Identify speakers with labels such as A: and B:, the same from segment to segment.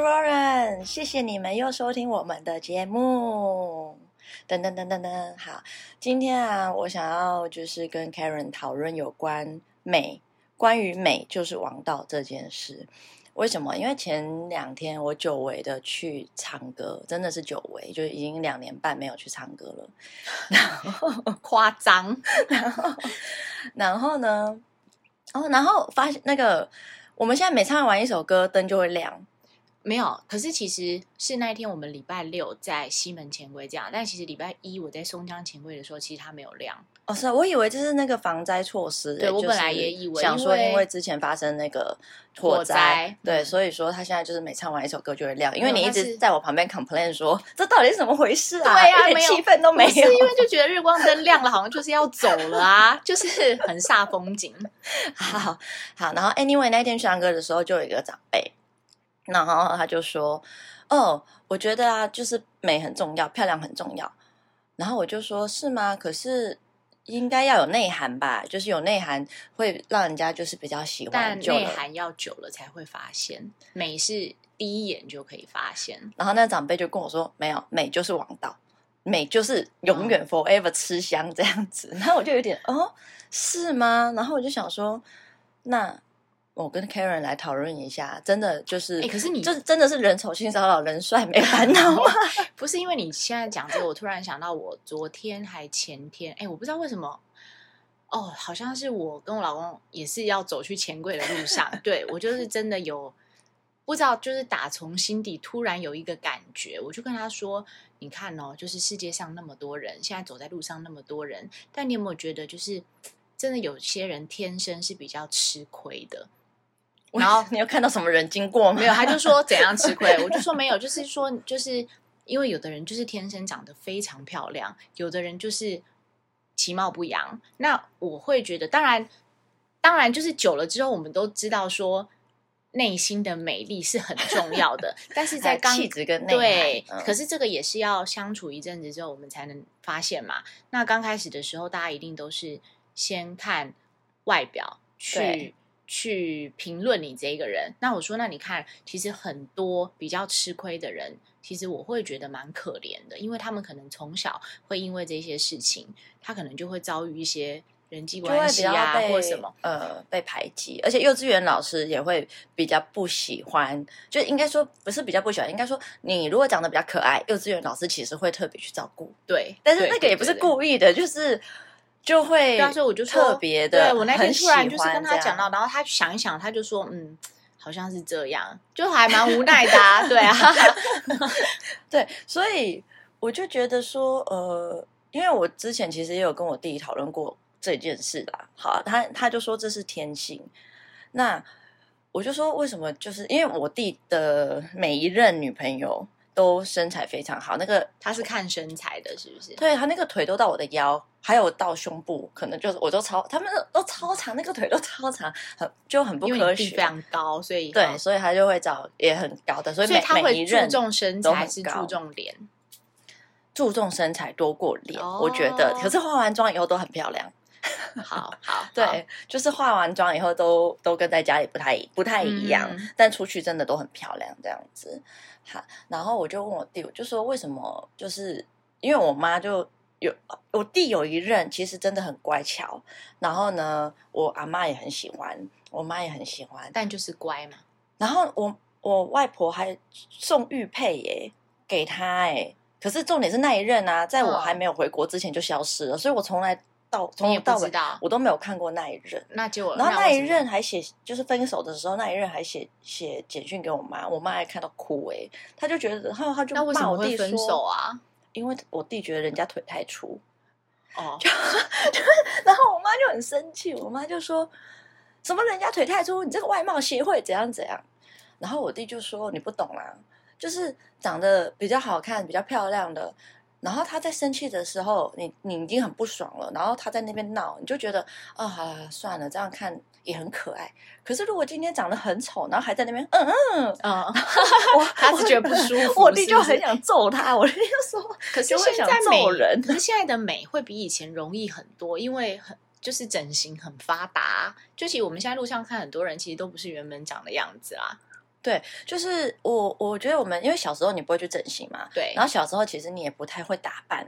A: 们，谢谢你们又收听我们的节目。等等等等等，好，今天啊，我想要就是跟 Karen 讨论有关美，关于美就是王道这件事。为什么？因为前两天我久违的去唱歌，真的是久违，就已经两年半没有去唱歌了。然后，
B: 夸张，
A: 然后，然后呢？哦，然后发现那个，我们现在每唱完一首歌，灯就会亮。
B: 没有，可是其实是那一天我们礼拜六在西门前柜这样，但其实礼拜一我在松江前柜的时候，其实它没有亮。
A: 哦，是啊，我以为这是那个防灾措施、欸。
B: 对我
A: 就是
B: 本来也以为
A: 想说，
B: 因为
A: 因为之前发生那个
B: 火灾
A: 对，
B: 嗯
A: 所以说他现在就是每唱完一首歌就会亮。因为
B: 没
A: 你
B: 有但
A: 一直
B: 是
A: 在我旁边 complain 说，这到底是怎么回事啊？
B: 对 啊
A: 一点
B: 没有
A: 气氛都没
B: 不是因
A: 有。
B: 为就觉得日光灯亮了，好像就是要走了 啊，就是很煞风景。
A: 好好，然后 anyway 那天去唱歌的时候，就有一个长辈，然后他就说：“哦，我觉得啊，就是美很重要，漂亮很重要。”然后我就说：“是吗？可是。”应该要有内涵吧，就是有内涵会让人家就是比较喜
B: 但
A: 欢旧
B: 内
A: 的
B: 涵要久了才会发现，美是第一眼就可以发现。
A: 然后那长辈就跟我说：“没有，美就是王道，美就是永
B: 嗯
A: 远 forever 吃香这样子。” 然后我就有点哦，是吗？然后我就想说，那我跟 Karen 来讨论一下，真的就是，
B: 哎、可是你
A: 就是真的是人丑性骚扰，人帅没烦恼吗？
B: 不是因为你现在讲这个，我突然想到，我昨天还前天，哎、我不知道为什么，哦，好像是我跟我老公也是要走去钱柜的路上，对我就是真的有不知道，就是打从心底突然有一个感觉，我就跟他说，你看哦，就是世界上那么多人，现在走在路上那么多人，但你有没有觉得，就是真的有些人天生是比较吃亏的， 然后
A: 你有看到什么人经过吗？
B: 没有，他就说怎样吃亏，我就说没有，就是说就是因为有的人就是天生长得非常漂亮，有的人就是其貌不扬。那我会觉得，当然，当然就是久了之后，我们都知道说内心的美丽是很重要的， 但是在
A: 在
B: 刚
A: 气质跟内涵。
B: 对，
A: 嗯
B: 可是这个也是要相处一阵子之后，我们才能发现嘛。那刚开始的时候，大家一定都是先看外表
A: 对
B: 去去评论你这个人。那我说，那你看，其实很多比较吃亏的人，其实我会觉得蛮可怜的，因为他们可能从小会因为这些事情，他可能就会遭遇一些人际
A: 就会
B: 关
A: 比
B: 系
A: 较
B: 啊，
A: 被
B: 或什么。嗯
A: 呃被排挤，而且幼稚园老师也会比较不喜欢，就应该说不是比较不喜欢，应该说你如果长得比较可爱，幼稚园老师其实会特别去照顾，
B: 对，
A: 但是
B: 对
A: 那个
B: 对
A: 也不是
B: 对对
A: 故意的，就是就会
B: 对啊，所以我就说
A: 特别的，
B: 对我那天
A: 很
B: 突
A: 喜
B: 然
A: 欢
B: 就是跟他
A: 这
B: 讲
A: 样
B: 到，然后他想一想，他就说嗯。好像是这样，就还蛮无奈的、 啊，对啊，
A: 对，所以我就觉得说，呃，因为我之前其实也有跟我弟讨论过这件事啦。好，他他就说这是天性。那我就说为什么？就是因为我弟的每一任女朋友都身材非常好，那个
B: 他是看身材的，是不是？
A: 对他那个腿都到我的腰，还有到胸部，可能就是我都超，他们都超长，那个腿都超长，很就很不
B: 因为
A: 科
B: 你弟
A: 学
B: 非。常高，所以
A: 对，
B: 哦
A: 所以他就会找也很高的，所以
B: 所以
A: 每
B: 他
A: 每一
B: 会
A: 任
B: 注重身
A: 都
B: 材，还
A: 很
B: 是
A: 高
B: 注重 脸？
A: 注重身材多过脸，
B: 哦
A: 我觉得。可是化完妆以后都很漂亮，
B: 好好，好
A: 对，就是化完妆以后都都跟在家里不太不太一样，
B: 嗯
A: 但出去真的都很漂亮这样子。好，然后我就问我弟，我就说为什么？就是因为我妈就有我弟有一任，其实真的很乖巧，然后呢，我阿妈也很喜欢，我妈也很喜欢，
B: 但就是乖嘛，
A: 然后我我外婆还送玉佩耶给她哎，可是重点是那一任啊，在我
B: 嗯
A: 还没有回国之前就消失了，所以我从来到从
B: 你也
A: 头哦到
B: 不知
A: 尾
B: 道。嗯
A: 我都没有看过那一任。
B: 那结果
A: 然后那一
B: 为什么
A: 任还写，就是分手的时候，那一任还写写简讯给我妈，我妈还看到哭哎，她就觉得，然后她就
B: 那为什
A: 骂
B: 么
A: 我
B: 会
A: 弟说，
B: 分手啊？
A: 因为我弟觉得人家腿太粗，
B: 哦，
A: 然后我妈就很生气，我妈就说：“什么人家腿太粗，你这个外貌协会怎样怎样。”然后我弟就说：“你不懂啦、就是长得比较好看、比较漂亮的。”然后他在生气的时候，你你已经很不爽了，然后他在那边闹，你就觉得啊、好了算了，这样看也很可爱。可是如果今天长得很丑，然后还在那边嗯嗯，
B: 嗯，
A: 我
B: 他是觉得不舒服，
A: 我弟就很
B: 是不是
A: 想揍他，我弟就说
B: 可是
A: 就会
B: 现
A: 想
B: 在美
A: 揍人
B: 可是现在的美会比以前容易很多，因为很就是整形很发达。就其实我们现在路上看很多人，其实都不是原本长的样子啦。啊
A: 对，就是我，我觉得我们因为小时候你不会去整形嘛，
B: 对，
A: 然后小时候其实你也不太会打扮，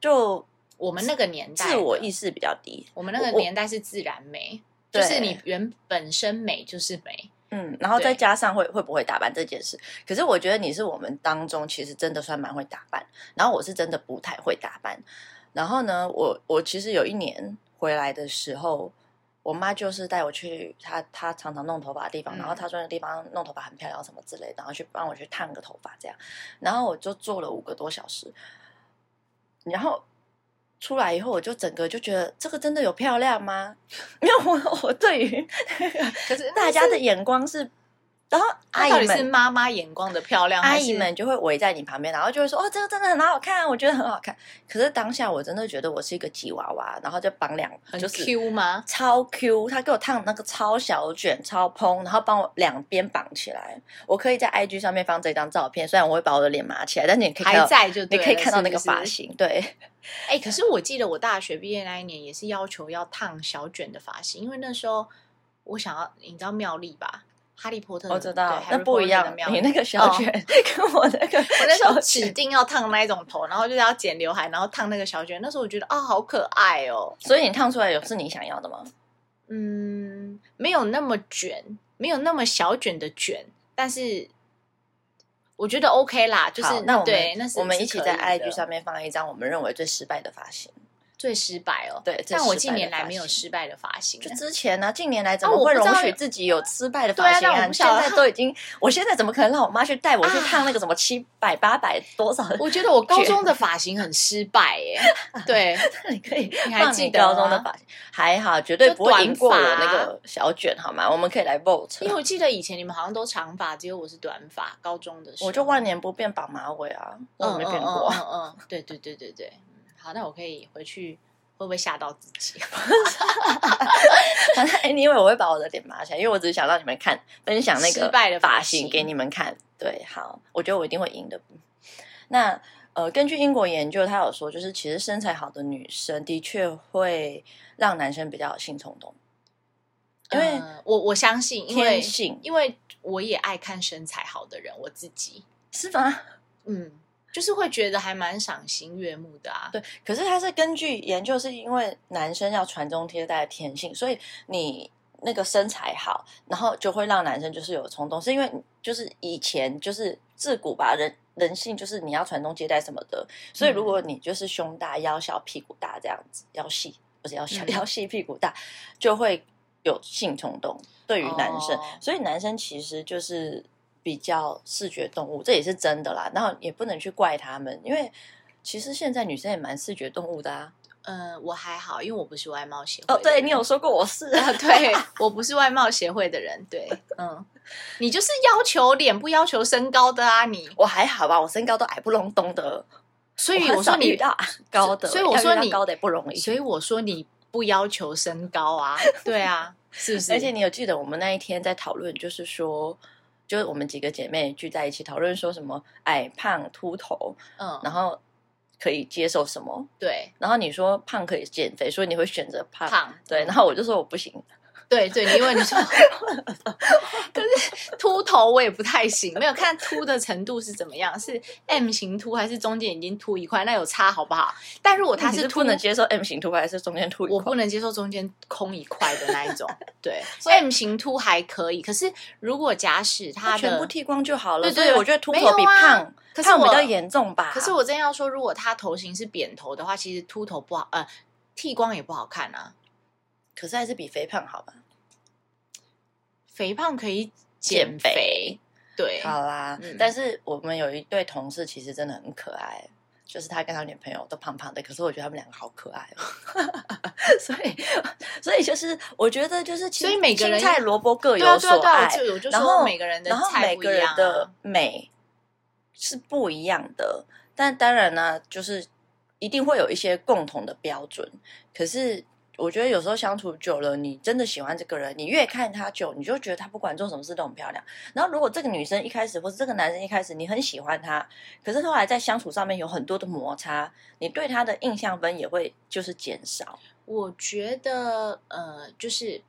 A: 就
B: 我们那个年代的，
A: 自我意识比较低。
B: 我们那个
A: 我
B: 年代是自然美，就
A: 对
B: 是你原本身美就是美。
A: 嗯，然后再
B: 对
A: 加上会会不会打扮这件事，可是我觉得你是我们当中其实真的算蛮会打扮，然后我是真的不太会打扮。然后呢，我我其实有一年回来的时候，我妈就是带我去她她常常弄头发的地方，
B: 嗯
A: 然后她说那个地方弄头发很漂亮什么之类的，然后去帮我去烫个头发这样，然后我就做了五个多小时，然后出来以后，我就整个就觉得这个真的有漂亮吗？ 因为我我对于那个
B: 可是
A: 大家的眼光是，然后阿
B: 那到
A: 姨
B: 底是
A: 们
B: 妈妈眼光的漂亮，
A: 阿
B: 还是
A: 姨们就会围在你旁边，然后就会说：“哦，这个真的很好看，我觉得很好看。”可是当下我真的觉得我是一个吉娃娃，然后就绑两
B: 很
A: 就是。
B: Q 吗？
A: 超 Q，他给我烫那个超小卷、超蓬，然后帮我两边绑起来。我可以在 IG 上面放这张照片，虽然我会把我的脸麻起来，但你也可以看
B: 还
A: 到，
B: 在就
A: 你
B: 对了
A: 可以看到那个
B: 是不是
A: 发型。对，
B: 哎、可是我记得我大学毕业那一年也是要求要烫小卷的发型，因为那时候我想要，你知道妙丽吧？哈利波特的
A: 我知道
B: 嗯对，
A: 那
B: Harry
A: 不
B: Potter
A: 一
B: 的
A: 样
B: 妙。
A: 你
B: 丽。
A: 那个小
B: 哦
A: 卷 跟我那个
B: 我那时
A: 小
B: 候指
A: 卷，
B: 定要烫那一种头，然后就是要剪刘海，然后烫那个小卷。那时候我觉得啊、好可爱哦，
A: 所以你烫出来有是你想要的吗？
B: 嗯，没有那么卷，没有那么小卷的卷，但是我觉得 OK 啦，就
A: 好
B: 是
A: 那我们
B: 对，那是
A: 我们一
B: 是
A: 起
B: 可
A: 在
B: 以的
A: IG 上面放一张我们认为最失败的发型。
B: 最失败哦，
A: 对最
B: 但我
A: 失
B: 近
A: 败
B: 年
A: 的
B: 来
A: 发
B: 没有
A: 型
B: 失败的发型，
A: 就之前呢、近年来怎
B: 啊
A: 么
B: 我
A: 会
B: 不知
A: 容
B: 道
A: 许
B: 有
A: 自己有失败的发
B: 对
A: 型
B: 啊但我不
A: 现
B: 晓得
A: 在都已经，我现在怎么可能让我妈去带我去
B: 啊
A: 烫那个什么七百八百多少的？
B: 我觉得我高中的发型很失败耶，对，
A: 你可以
B: 你还
A: 放
B: 记
A: 你
B: 得
A: 高中的
B: 吗
A: 发型，还好，绝对
B: 就
A: 不会赢
B: 短
A: 过我
B: 发
A: 那个小卷，好吗？我们可以来 vote
B: 因为。我记得以前你们好像都长发，只有我是短发，高中的时候
A: 我就万年不变绑马尾啊，我也没变过
B: 嗯
A: 啊。
B: 嗯嗯嗯对对对对对，嗯好，那我可以回去。会不会吓到自己？啊
A: 反正 anyway，我会把我的脸麻起来，因为我只是想让你们看，分享那个
B: 失败的发
A: 发
B: 型
A: 型给你们看。对，好，我觉得我一定会赢的。那呃，根据英国研究，他有说，就是其实身材好的女生的确会让男生比较有性冲动， 因为
B: 嗯我我相信，因为
A: 天性
B: 因为我也爱看身材好的人，我自己，
A: 是吗？
B: 嗯，就是会觉得还蛮赏心悦目的啊。
A: 对，可是它是根据研究，是因为男生要传宗接代的天性，所以你那个身材好，然后就会让男生就是有冲动，是因为就是以前就是自古吧，人人性就是你要传宗接代什么的，所以如果你就是胸大腰小屁股大这样子，腰细不是腰小
B: 嗯
A: 腰细屁股大，就会有性冲动。对于男生，
B: 哦
A: 所以男生其实就是比较视觉动物，这也是真的啦。然后也不能去怪他们，因为其实现在女生也蛮视觉动物的啊。
B: 嗯，我还好，因为我不是外貌协会的
A: 哦，
B: 人。
A: 对你有说过我是 啊
B: 啊，，对我不是外貌协会的人，对，嗯，你就是要求脸，不要求身高的啊，你，
A: 我还好吧，我身高都矮不隆咚的，
B: 所以
A: 很
B: 我
A: 少
B: 说
A: 遇
B: 你，
A: 到 高的，
B: 所以我说
A: 要遇到
B: 你
A: 高的也不容易。
B: 所以我说你不要求身高啊，对啊，是不是？
A: 而且你有记得我们那一天在讨论，就是说。就是我们几个姐妹聚在一起讨论说什么矮胖秃头，
B: 嗯，
A: 然后可以接受什么？
B: 对，
A: 然后你说胖可以减肥，所以你会选择胖。
B: 胖，
A: 对，
B: 嗯
A: 然后我就说我不行，
B: 对对，你因为你 说，可是秃头我也不太行，没有看秃的程度是怎么样，是 M 型秃还是中间已经秃一块，那有差好不好？但如果他
A: 你是
B: 秃
A: 不能接受 M 型突还是中间突一
B: 我
A: 块
B: 不能接受中间空一块的那一 种。对
A: 所以
B: ，M 型秃还可以，可是如果假使
A: 它
B: 他
A: 全
B: 的，
A: 部剃光就好了。
B: 对对
A: 所以我觉得秃
B: 没有
A: 头
B: 啊
A: 比胖，
B: 可是
A: 胖比
B: 我
A: 较严啊重吧。
B: 可是我真要说，如果他头型是扁头的话，其实秃头不好，呃，剃光也不好看啊。
A: 可是还是比肥胖好吧？
B: 肥胖可以
A: 减
B: 减
A: 肥
B: 肥，对，
A: 好啦，
B: 嗯
A: 但是我们有一对同事其实真的很可爱。就是他跟他女朋友都胖胖的，可是我觉得他们两个好可爱哦， 所以所以就是我觉得就是青，
B: 所以每个人
A: 青菜萝卜各
B: 对
A: 有
B: 啊对
A: 所
B: 啊对
A: 爱
B: 啊，，就我就
A: 然后
B: 说每个人的
A: 然后
B: 菜
A: 每
B: 不
A: 个
B: 一样
A: 人
B: 啊
A: 的。美是不一样的，但当然呢、就是一定会有一些共同的标准。可是我觉得有时候相处久了，你真的喜欢这个人，你越看他久，你就觉得他不管做什么事都很漂亮。然后如果这个女生一开始或是这个男生一开始你很喜欢他，可是后来在相处上面有很多的摩擦，你对他的印象分也会就是减少。
B: 我觉得呃，就是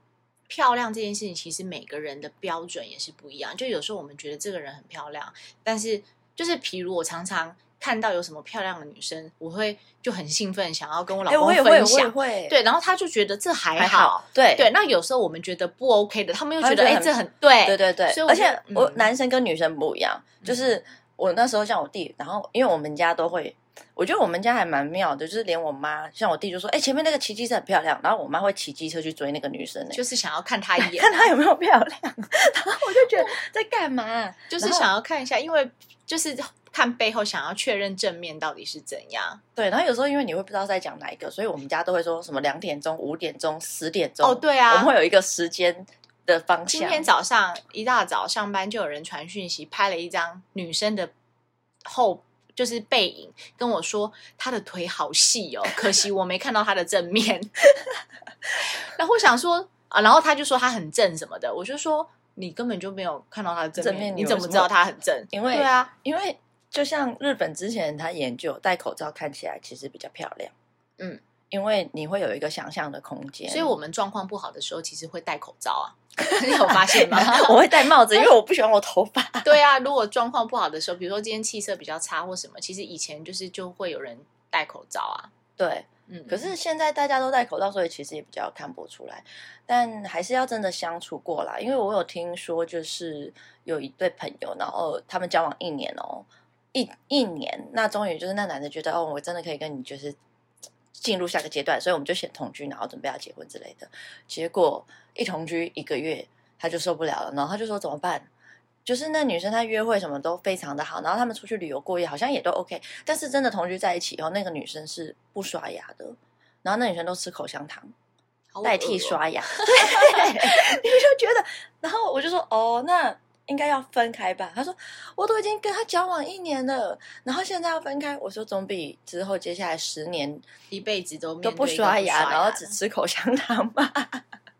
B: 漂亮这件事情，其实每个人的标准也是不一样。就有时候我们觉得这个人很漂亮，但是就是譬如我常常看到有什么漂亮的女生，我会就很兴奋，想要跟我老
A: 哎，
B: 公
A: 我也会，
B: 分
A: 我也
B: 享。
A: 会，
B: 对，然后他就觉得这还好，
A: 还好，对
B: 对。那有时候我们觉得不 OK 的，他们又
A: 他
B: 觉得
A: 们觉得
B: 哎、
A: 很
B: 这很对，
A: 对对对，
B: 所以我
A: 而
B: 就
A: 且我
B: 嗯
A: 男生跟女生不一样，就
B: 嗯
A: 是我那时候像我弟，然后因为我们家都会，我觉得我们家还蛮妙的，就是连我妈，像我弟就说，哎、前面那个骑机车很漂亮，然后我妈会骑机车去追那个女生、欸，
B: 就是想要看他一眼，啊
A: 看她有没有漂亮， 然后我就觉 得在干嘛、
B: 就是
A: 然后
B: 想要看一下，因为就是看背后想要确认正面到底是怎样。
A: 对，然后有时候因为你会不知道在讲哪一个，所以我们家都会说什么两点钟、五点钟、十点钟，
B: 哦，对
A: 我
B: 啊
A: 们，会有一个时间的方向。
B: 今天早上一大早上班就有人传讯息，拍了一张女生的后就是背影，跟我说她的腿好细哦，可惜我没看到她的正面。 然后我想说啊，然后他就说她很正什么的，我就说你根本就没有看到她的正面，
A: 正面
B: 你
A: 有
B: 怎么
A: 什么
B: 知道她很正？
A: 因为
B: 对啊，
A: 因为就像日本之前他研究戴口罩看起来其实比较漂亮，
B: 嗯，
A: 因为你会有一个想象的空间，
B: 所以我们状况不好的时候，其实会戴口罩啊， 你有发现 吗？
A: 我会戴帽子，因为我不喜欢我头 发。
B: 对啊，如果状况不好的时候，比如说今天气色比较差或什么，其实以前就是就会有人戴口罩啊。
A: 对，
B: 嗯，
A: 可是现在大家都戴口罩，所以其实也比较看不出来，但还是要真的相处过啦。因为我有听说，就是有一对朋友，然后他们交往一年哦，一一年，那终于就是那男的觉得哦，我真的可以跟你就是进入下个阶段，所以我们就先同居，然后准备要结婚之类的。结果一同居一个月，他就受不了了，然后他就说怎么办？就是那女生她约会什么都非常的好，然后他们出去旅游过夜好像也都 OK，但是真的同居在一起以后，那个女生是不刷牙的，然后那女生都吃口香糖
B: 好
A: 代替
B: 恶哦
A: 刷牙， 对，你就觉得，然后我就说哦，那应该要分开吧。他说我都已经跟他交往一年了，然后现在要分开，我说总比之后接下来十年
B: 一辈子都面
A: 都
B: 对
A: 不
B: 一个
A: 刷牙，
B: 牙
A: 然
B: 的
A: 后只吃口香糖吧。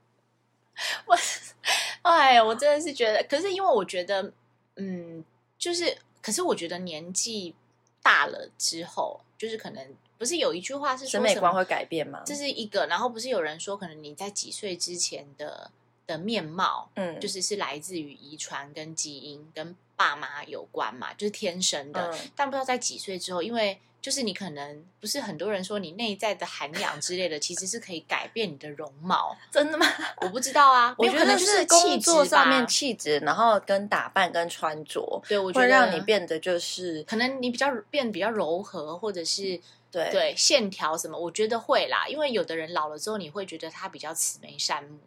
B: 哎，我真的是觉得，可是因为我觉得，嗯，就是，可是我觉得年纪大了之后，就是可能不是有一句话是说
A: 审美
B: 什
A: 观
B: 么
A: 会改变吗？
B: 这是一个，然后不是有人说，可能你在几岁之前的的面貌，
A: 嗯，
B: 就是是来自于遗传跟基因跟爸妈有关嘛，就是天生的。
A: 嗯
B: 但不知道在几岁之后，因为就是你可能不是很多人说你内在的涵养之类的，其实是可以改变你的容貌。
A: 真的吗？
B: 我不知道啊，
A: 我
B: 没有
A: 觉
B: 可能
A: 得
B: 就是气
A: 工
B: 质
A: 作上面
B: 吧
A: 气质，然后跟打扮跟穿着，
B: 对我觉
A: 会
B: 得
A: 让你。变得就是
B: 可能你比较变得比较柔和，或者是
A: 对
B: 对线条什么，我觉得会啦。因为有的人老了之后，你会觉得他比较慈眉善目，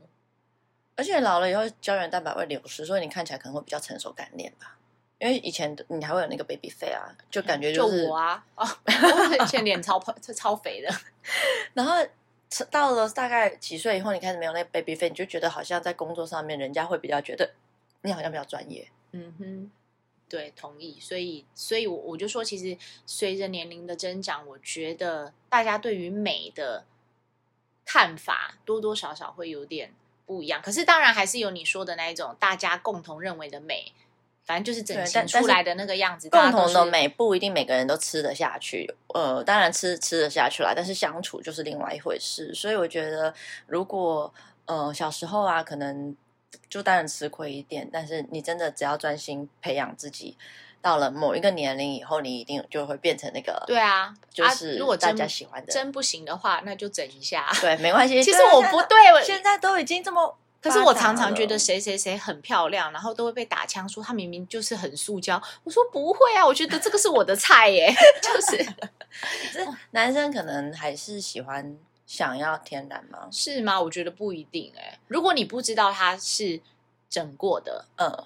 A: 而且老了以后胶原蛋白会流失，所以你看起来可能会比较成熟干练吧。因为以前你还会有那个 baby face 啊，就感觉是，
B: 我啊， 哦，我以前脸超 胖超肥的，
A: 然后到了大概几岁以后，你开始没有那个 baby face，你就觉得好像在工作上面人家会比较觉得你好像比较专业。
B: 嗯哼，对，同意。所以，所以我我就说，其实随着年龄的增长，我觉得大家对于美的看法多多少少会有点不一样。可是，当然还是有你说的那一种大家共同认为的美，反正就是整
A: 对
B: 形
A: 但但
B: 出
A: 是
B: 来的那个样子，大
A: 共
B: 家都
A: 同的
B: 是。
A: 美不一定每个人都吃得下去，呃，当然吃吃得下去啦，但是相处就是另外一回事。所以我觉得，如果呃小时候啊，可能就当然吃亏一点，但是你真的只要专心培养自己，到了某一个年龄以后，你一定就会变成那个，
B: 对，啊，
A: 就
B: 啊
A: 是
B: 如果
A: 大
B: 真
A: 家喜欢的，
B: 真不行的话，那就整一下。
A: 对，没关 系。
B: 其实
A: 对啊
B: 我
A: 现在
B: 不
A: 都
B: 对，我
A: 现在都已经这么
B: 可
A: 发达了，
B: 是我常常觉得谁谁谁很漂亮，然后都会被打枪说她明明就是很塑胶。我说不会啊，我觉得这个是我的菜耶， 就是
A: 这男生可能还是喜欢想要天然嘛，
B: 是吗？我觉得不一定哎。如果你不知道它是整过的，
A: 嗯、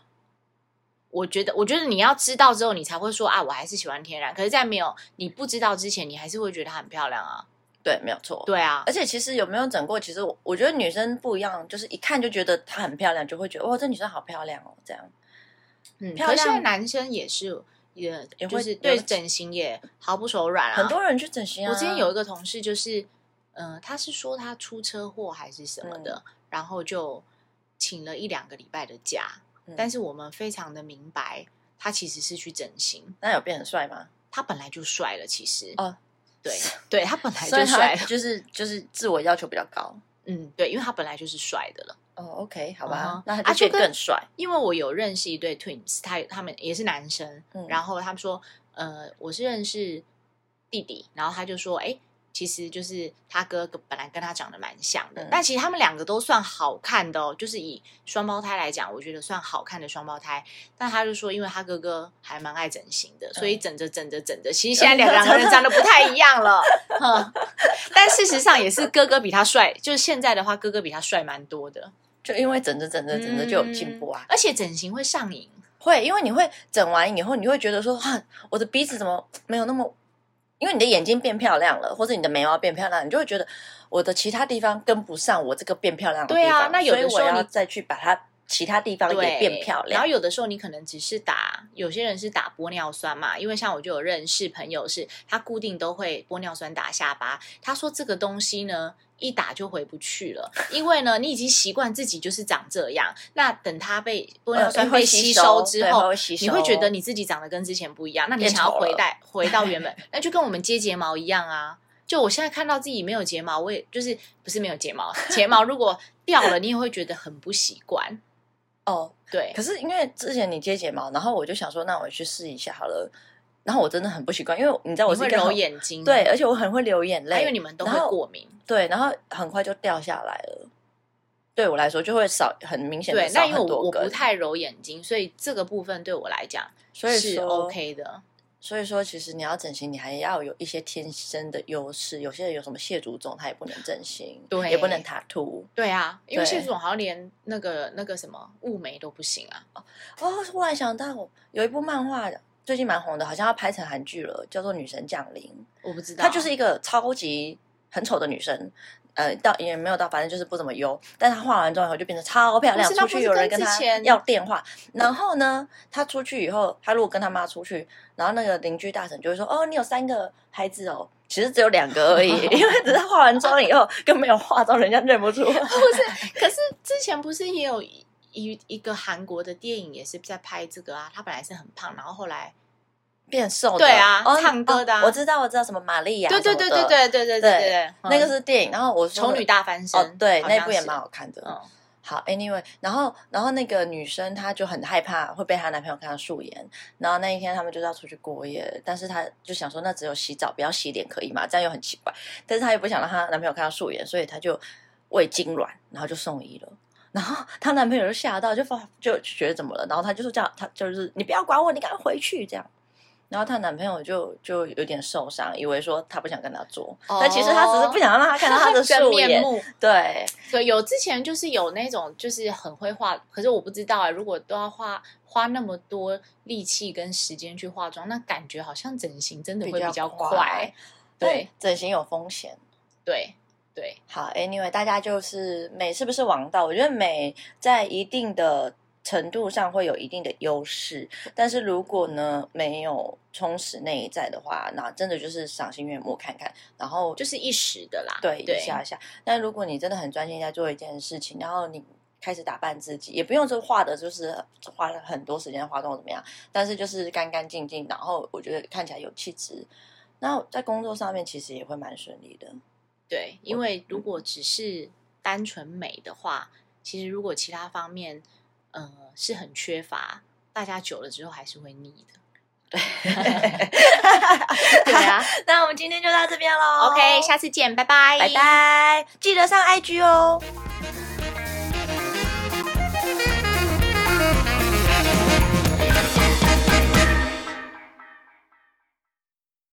B: 我觉得，我觉得你要知道之后，你才会说啊，我还是喜欢天然。可是，在没有你不知道之前，你还是会觉得它很漂亮啊。
A: 对，没有错，
B: 对啊，
A: 而且其实有没有整过，其实我我觉得女生不一样，就是一看就觉得她很漂亮，就会觉得哇，这女生好漂亮哦，这样。
B: 嗯，
A: 漂
B: 可是现在
A: 亮
B: 男生也是，也
A: 也
B: 就
A: 会
B: 是
A: 有
B: 对
A: 的
B: 整形也毫不手软啊。
A: 很多人去整形啊，
B: 我之前有一个同事，就是，呃，他是说他出车祸还是什么的，然后就请了一两个礼拜的假。
A: 嗯
B: 但是我们非常的明白，他其实是去整形。
A: 那有变很帅吗？
B: 他本来就帅了，其实
A: 哦，
B: 对对，他本来
A: 所以
B: 就
A: 她
B: 帅了，哦
A: 就是就是自我要求比较高，
B: 嗯，对，因为他本来就是帅的了。
A: 哦，OK，好吧
B: 嗯哼
A: 那他
B: 啊
A: 就
B: 就跟
A: 变更帅。
B: 因为我有认识一对 twins，他他们也是男生，
A: 嗯
B: 然后他们说，呃，我是认识弟弟，然后他就说，哎，其实就是他哥哥本来跟他长得蛮像的，
A: 嗯
B: 但其实他们两个都算好看的哦，就是以双胞胎来讲，我觉得算好看的双胞胎。但他就说，因为他哥哥还蛮爱整形的，
A: 嗯
B: 所以整着整着整着，其实现在两个两个人长得不太一样 了，哼。但事实上也是哥哥比他帅，就是现在的话，哥哥比他帅蛮多的，
A: 就因为整着整着整着就有进步啊
B: 嗯，而且整形会上瘾。
A: 会，因为你会整完以后，你会觉得说，啊，我的鼻子怎么没有那么，因为你的眼睛变漂亮了，或者你的眉毛变漂亮，你就会觉得我的其他地方跟不上我这个变漂亮的地
B: 对
A: 方，
B: 啊那有的
A: 所以我
B: 时候
A: 要
B: 你
A: 再去把它其他地方也
B: 对，
A: 变漂
B: 然
A: 亮
B: 后。有的时候你可能只是打，有些人是打玻尿酸嘛，因为像我就有认识朋友是，他固定都会玻尿酸打下巴。他说这个东西呢，一打就回不去了，因为呢，你已经习惯自己就是长这样。那等它被玻尿酸
A: 呃会
B: 被
A: 吸
B: 吸
A: 收
B: 收之
A: 对它
B: 后，
A: 会吸收
B: 你会觉得你自己长得跟之前不一样。那你
A: 变
B: 想要
A: 丑
B: 回
A: 了
B: 带回到原 本，那就跟我们接睫毛一样啊。就我现在看到自己没有睫毛，我也就是不是没有睫毛，睫毛如果掉了，你也会觉得很不习惯。
A: 哦，
B: 对，
A: 可是因为之前你接睫毛，然后我就想说，那我去试一下好了。然后我真的很不习惯，因为你知道我
B: 我
A: 是
B: 会
A: 一个
B: 揉
A: 很，
B: 眼睛，
A: 对，，而且我很会流眼
B: 还
A: 泪
B: 有，你们都
A: 然
B: 会
A: 后
B: 过敏。
A: 对，然后很快就掉下来了。对我来说，就会少很明显的
B: 对，
A: 少
B: 那因为
A: 很
B: 我
A: 多
B: 我
A: 根，
B: 不太揉眼睛，所以这个部分对我来讲
A: 所以
B: 是
A: 说
B: OK 的。
A: 所以说，其实你要整形，你还要有一些天生的优势。有些人有什么蟹足肿，他也不能整形，
B: 对
A: 也不能塔图。
B: 对啊，因为
A: 对
B: 谢总好像连那个那个什么雾眉都不行啊。
A: 哦，忽然想到有一部漫画最近蛮红的，好像要拍成韩剧了，叫做《女神降临》。
B: 我不知道，
A: 她就是一个超级很丑的女生，呃，到也没有到，反正就是不怎么优。但她画完妆以后就变得超漂亮，
B: 我知道
A: 出去有人跟
B: 不是跟
A: 她
B: 之前
A: 要电话。然后呢，她出去以后，她如果跟她妈出去，然后那个邻居大婶就会说：“哦，你有三个孩子哦。”其实只有两个而已， 因为只是化完妆以后跟没有化妆，人家认不出。
B: 哦可是之前不是也有一一一个韩国的电影也是在拍这个啊？他本来是很胖，然后后来
A: 变瘦的，
B: 对啊
A: 哦
B: 唱歌的啊
A: 哦我知道，我知道什么玛丽亚什
B: 对
A: 么的，
B: 对对对对对对对对，
A: 那个
B: 嗯
A: 是电影。然后我说
B: 丑女大翻身
A: 哦，，对，
B: 好
A: 那
B: 像
A: 部也
B: 是
A: 蛮好看的。
B: 嗯
A: 好，anyway，然后然后那个女生她就很害怕会被她男朋友看到素颜，然后那一天他们就是要出去过夜，但是她就想说那只有洗澡不要洗脸可以吗？这样又很奇怪，但是她又不想让她男朋友看到素颜，所以她就胃痉挛，然后就送医了。然后她男朋友就吓到，就发就觉得怎么了，然后她就说叫她就是你不要管我，你赶快回去这样。然后她男朋友就就有点受伤，以为说她不想跟她做，但其实她只是不想让她看到她的
B: 真
A: 素
B: 面
A: 颜。
B: 目，
A: 对，
B: 对，有之前就是有那种就是很会化，可是我不知道啊、如果都要花花那么多力气跟时间去化妆，那感觉好像整形真的会比
A: 比较
B: 较
A: 快
B: 快。
A: 对
B: 对，
A: 整形有风险。
B: 对对，
A: 好，Anyway，大家就是美是不是王道？我觉得美在一定的程度上会有一定的优势，但是如果呢没有充实内在的话，那真的就是赏心悦目看看，然后
B: 就是一时的啦。
A: 对一
B: 对
A: 下下。但如果你真的很专心在做一件事情，然后你开始打扮自己，也不用就画的，就是花了很多时间化妆怎么样，但是就是干干净净，然后我觉得看起来有气质。那在工作上面其实也会蛮顺利的，
B: 对，因为如果只是单纯美的话，其实如果其他方面呃是很缺乏，大家久了之后还是会腻的。啊 对啊
A: 那我们今天就到这边喽。
B: ，OK，下次见，拜拜，
A: 拜拜，记得上 IG 哦。